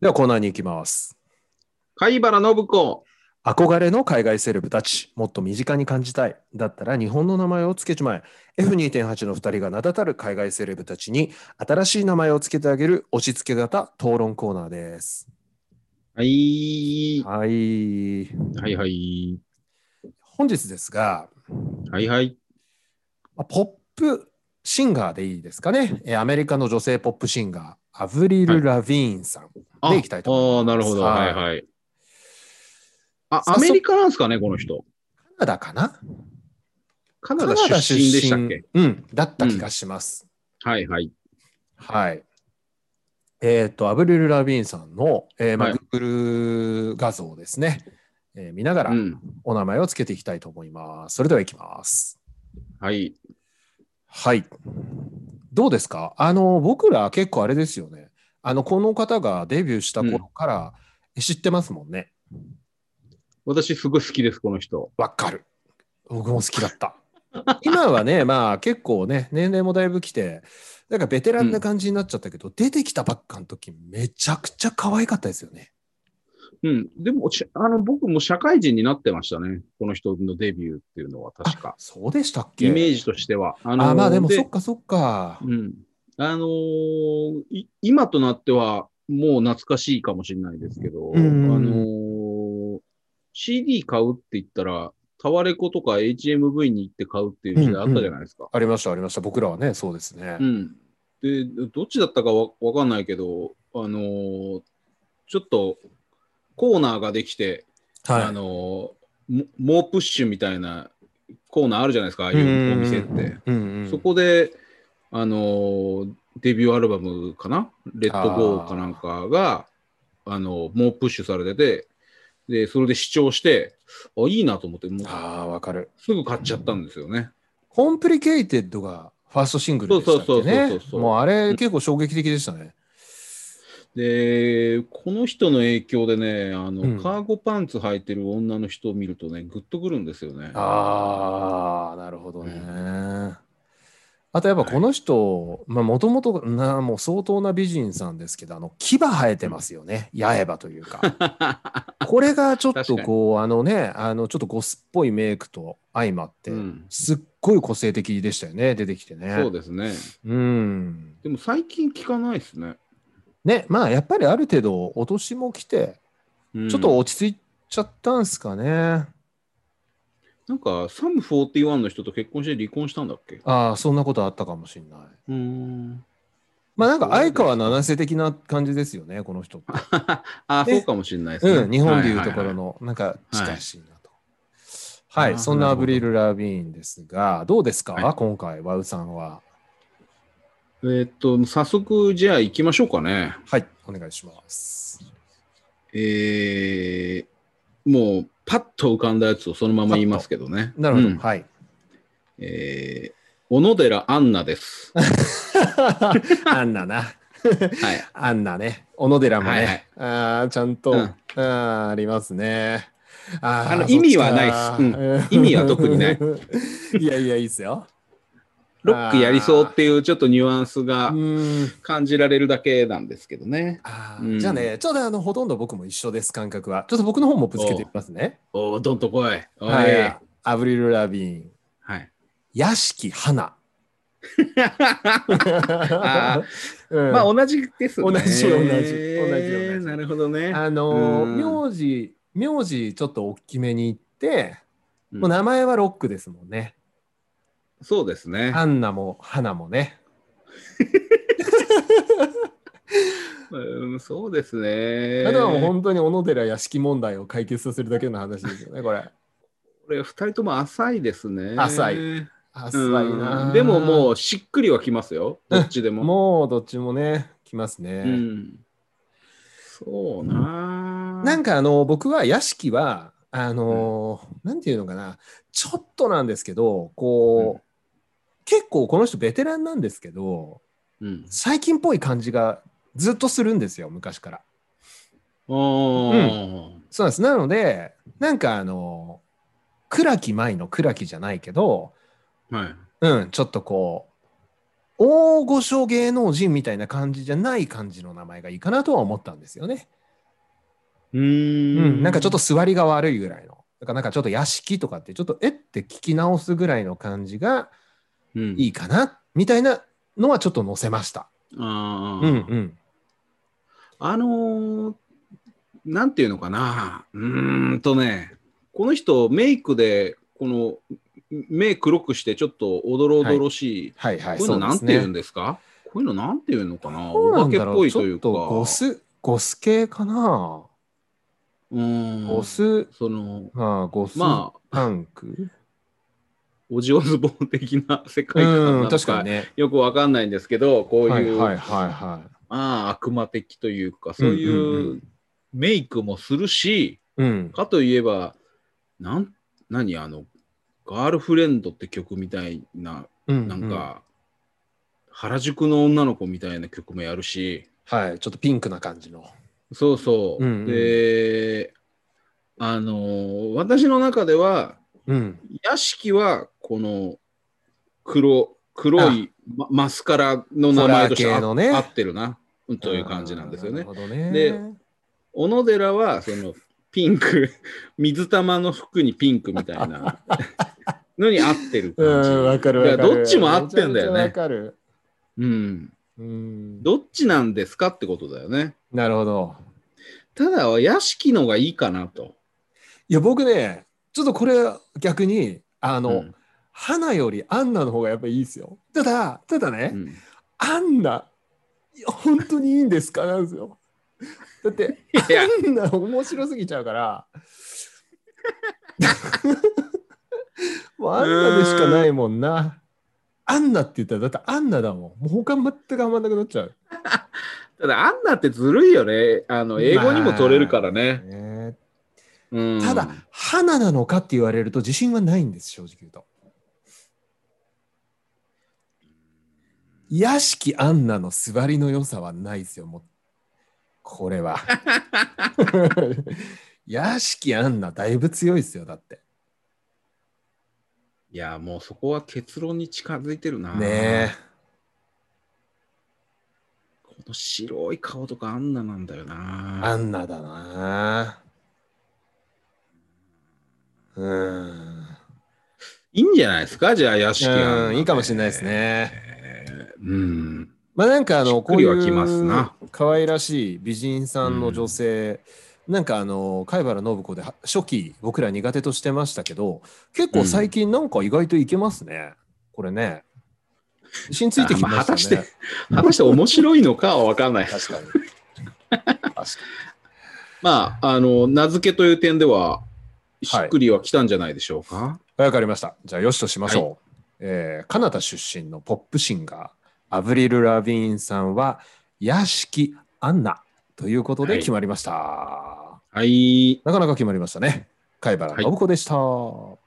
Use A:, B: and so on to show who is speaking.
A: ではコーナーに行きます。
B: 貝原信子。
A: 憧れの海外セレブたち、もっと身近に感じたい。だったら日本の名前をつけちまえ。F2.8 の2人が名だたる海外セレブたちに新しい名前をつけてあげる押し付け型討論コーナーです。
B: はい。
A: はい。
B: はいはい。
A: 本日ですが、
B: はいはい。
A: まあポップシンガーでいいですかね。えーアメリカの女性ポップシンガー、アブリル・ラヴィーンさん。
B: あ
A: で行きたいと思います
B: あーなるほど。
A: は
B: はいいはい。あ、
A: 早
B: ア
A: 速
B: メリカなんですかね、この
A: カ
B: 人。
A: ナダかな
B: カナダ出身でしたっけ
A: うん、だった気がします。
B: はいはい。
A: はい。えっ、と、アブリル・ラビーンさんの、えーまあ
B: はい
A: Google 画像ですね、えー見ながら
B: うん。
A: お名前をつけていきたいと思います。それではいきます。
B: はい。
A: はい。どうですかあの、僕ら結構あれですよね。あの、この方がデビューした頃から知ってますもんね。
B: 私、すごい好きです、この人。
A: わ、かる。僕も好きだった。今は ね、まあ結構ね、年齢もだいぶ来て、なんかベテランな感じになっちゃったけど、出てきたばっかの時めちゃくちゃ可愛かったですよね。
B: うん。でも、しあの、僕も社会人になってましたね。この人のデビューっていうのは確か。
A: そうでしたっけ
B: イメージとしては。あ
A: あまあでもそっ
B: か。
A: かそっか。
B: うん。あのーい今となっては、もう懐かしいかもしれないですけど、
A: うん
B: あのー CD 買うって言ったら、タワレコとか HMV に行って買うっていう時代あったじゃないですか。
A: ありましたありました。僕らはね、そうですね。
B: うんで、どっちだったかわわかんないけど、あのーちょっとコーナーができて、
A: はい。
B: あのーも猛プッシュみたいなコーナーあるじゃないですか、ああいうお店って。
A: うんうんうん
B: そこで、あのーデビューアルバムかな、レッドゴーかなんかが、あのーもうプッシュされてて、で、それで視聴して、あ、いいなと思って、もう
A: ああ、わかる。
B: すぐ買っちゃったんですよね。
A: コンプリケイテッドがファーストシングルでしたっけ
B: そうそうそう
A: ね
B: そう。そう
A: もうあれ結構衝撃的でしたね。
B: で、この人の影響でね、あの、
A: うん
B: カーゴパンツ履いてる女の人を見るとね、グッとくるんですよね。
A: ああ、なるほどね。
B: う
A: あとやっぱこの人、まあもともとな、もう相当な美人さんですけど、あの、牙生えてますよね。八重歯というか。これがちょっとこう、あのね、あの、ちょっとゴスっぽいメイクと相まって、
B: うん、
A: すっごい個性的でしたよね、出てきてね。
B: そうですね。
A: うん。
B: でも最近聞かないですね。
A: ね、まあやっぱりある程度、お年も来て、
B: うん
A: ちょっと落ち着いちゃったんすかね。
B: なんか、サム41の人と結婚して離婚したんだっけ
A: ああ、そんなことあったかもしれない。
B: うーん。
A: まあなんか
B: そうです
A: 相川七瀬的な感じですよね、この人って。
B: あ、
A: ね
B: そうかもしれないですね。
A: うん、日本でいうところ
B: は
A: の、なんか近しいなと。はい、
B: あー
A: そんなアブリ
B: な
A: ル・ラビーンですが、どうですか、
B: はい
A: 今回、ワウさんは。
B: いはいはい。えーっと、早速、じゃあ行きましょうかね。
A: はい、お願いします。
B: えー、もう、パッと浮かんだやつをそのまま言いますけどね。
A: なるほど、
B: うん
A: はい。
B: えー小野寺アン ナです。は
A: アンナな。
B: い。
A: アンナね。小野寺もね。
B: はいはい
A: あーちゃんと、
B: うん
A: あーありますね。あー
B: あの
A: そっちか
B: 意味はないっすうん意味は特にない。
A: いやいや、いいっすよ。
B: ロックやりそうっていうちょっとニュアンスが
A: うん
B: 感じられるだけなんですけどね。
A: あ
B: う
A: ー
B: ん
A: じゃあね、ちょうどあのほとんど僕も一緒です、感覚は。ちょっと僕の方もぶつけてみますね。
B: おー、どんと来い。おい。
A: は
B: はい
A: い。アブリル・ラビーン、
B: はい。
A: 屋敷花。
B: あ
A: うん
B: まあ、同じですね。
A: 同じ同じ同じ同じ
B: なるほどね。
A: あのー
B: う
A: 名字、名字ちょっと大きめに行って、
B: うん
A: もう名前はロックですもんね。
B: そうですね。
A: アンナも花もね。
B: うん、そうですね。
A: あとはもう本当に小野寺屋敷問題を解決させるだけの話ですよね、これ。
B: これ、二人とも浅いですね。
A: 浅い
B: うん
A: 浅いな。
B: でももう、しっくりはきますよ。どっちで
A: う
B: も。
A: もうどっちもね、来ますね。
B: うん、そうな。
A: なんかあの僕は屋敷はあのーなんていうのかなちょっとなんですけどこう、
B: うん
A: 結構この人ベテランなんですけど
B: うん、
A: 最近っぽい感じがずっとするんですよ昔から。
B: おー
A: そうなんですなのでなんかあの倉木舞の倉木じゃないけど、
B: はい。
A: うん、ちょっとこう大御所芸能人みたいな感じじゃない感じの名前がいいかなとは思ったんですよね。
B: うー
A: うんん、なんかちょっと座りが悪いぐらいの。だからなんかちょっと屋敷とかってちょっとえって聞き直すぐらいの感じが
B: うん
A: いいかなみたいなのはちょっと載せました。
B: あ
A: う
B: ー、
A: んうん。
B: あのーなんていうのかな。うーんとね、この人、メイクで、この、目黒くして、ちょっとおどろおどろしい。
A: はいはい。
B: こういうの
A: そ
B: なんて
A: うで
B: 言う
A: す
B: ん
A: ね
B: ですかこういうのなんて言うのかな
A: どう
B: お
A: な
B: 化
A: ん
B: けっ
A: だろ
B: ぽい
A: ち
B: と
A: ょ
B: い
A: っ
B: うか。
A: とゴス、ゴス系かな、
B: うーん。
A: ゴス、
B: その、
A: まあゴス
B: まあ、
A: パンク。
B: オジオズボーン的な世界観な
A: う
B: の
A: ん、確かにね。
B: よくわかんないんですけど、こう
A: はい
B: いう、
A: はいはいはい。
B: まあ、悪魔的というか、そうい
A: んうんう
B: ううメイクもするし、
A: うん。
B: かといえば、なん、何あの、ガールフレンドって曲みたいな、
A: うん
B: なん
A: う
B: か、原宿の女の子みたいな曲もやるし、
A: はい、ちょっとピンクな感じの。
B: そうそう。
A: うんうん
B: で、あのー私の中では、
A: うん。
B: 屋敷はこの黒黒いママスカラの名前として
A: ホラー系
B: あ
A: のね
B: 合ってるなうんという感じなんですよね
A: あー。なるほどね。
B: で小野寺はそのピンク 水玉の服にピンクみたいなのに合ってる感じ。
A: うん、わかる
B: いや
A: わかる。
B: どっちも合ってんだ
A: めち
B: よね
A: ゃめちゃわかる。
B: うん、
A: うん。
B: どっちなんですかってことだよね。
A: なるほど。
B: ただ屋敷のがいいかなと。
A: いや、僕ね、ちょっとこれ逆に、あの、
B: うん
A: 花よりアンナの方がやっぱいいですよ。ただ、ただね、
B: うん
A: アンナ、いや本当にいいんですかなんですよ。だって、
B: いや
A: アンナ面白すぎちゃうから。もうアンナでしかないもんな。アンナって言ったら、だってアンナだもん。もう他全くあんまなくなっちゃう。
B: ただアンナってずるいよね。あの英語にも取れるから
A: ま
B: ね。
A: あね
B: うん、
A: ただ、花なのかって言われると自信はないんです、正直言うと。屋敷アンナの座りの良さはないですよ、もう。これ は。屋敷アンナ、だいぶ強いですよ、だって。
B: いやもうそこは結論に近づいてるな。
A: ね
B: この白い顔とかあんななんだよ
A: え、
B: な。
A: アンナだな。うん。
B: いいんじゃないですかじゃあ、屋敷は、
A: うん、いいかもしれないです。ね。
B: うん。
A: まあなんかあ
B: し
A: の
B: っ
A: こ
B: く
A: う
B: り
A: い
B: はきます
A: う
B: な
A: 可愛らしい美人さんの女性、なんかあの貝原信子では初期僕ら苦手としてましたけど結構最近なんか意外といけますね、これね自信ついてきま
B: あまあ果た
A: し
B: したて
A: ね、
B: 果たして面白いのかは分かんない。
A: 確かに確か
B: まあ、あの、名付けという点では、しっくりはきたんじゃないでしょうか。
A: にわかりましたじゃあよしとしましょう、えーカナダ出身のポップシンガーアブリル・ラビーンさんは屋敷アンナということで決まりました、
B: はい
A: なかなか決まりましたね。貝原信子でした。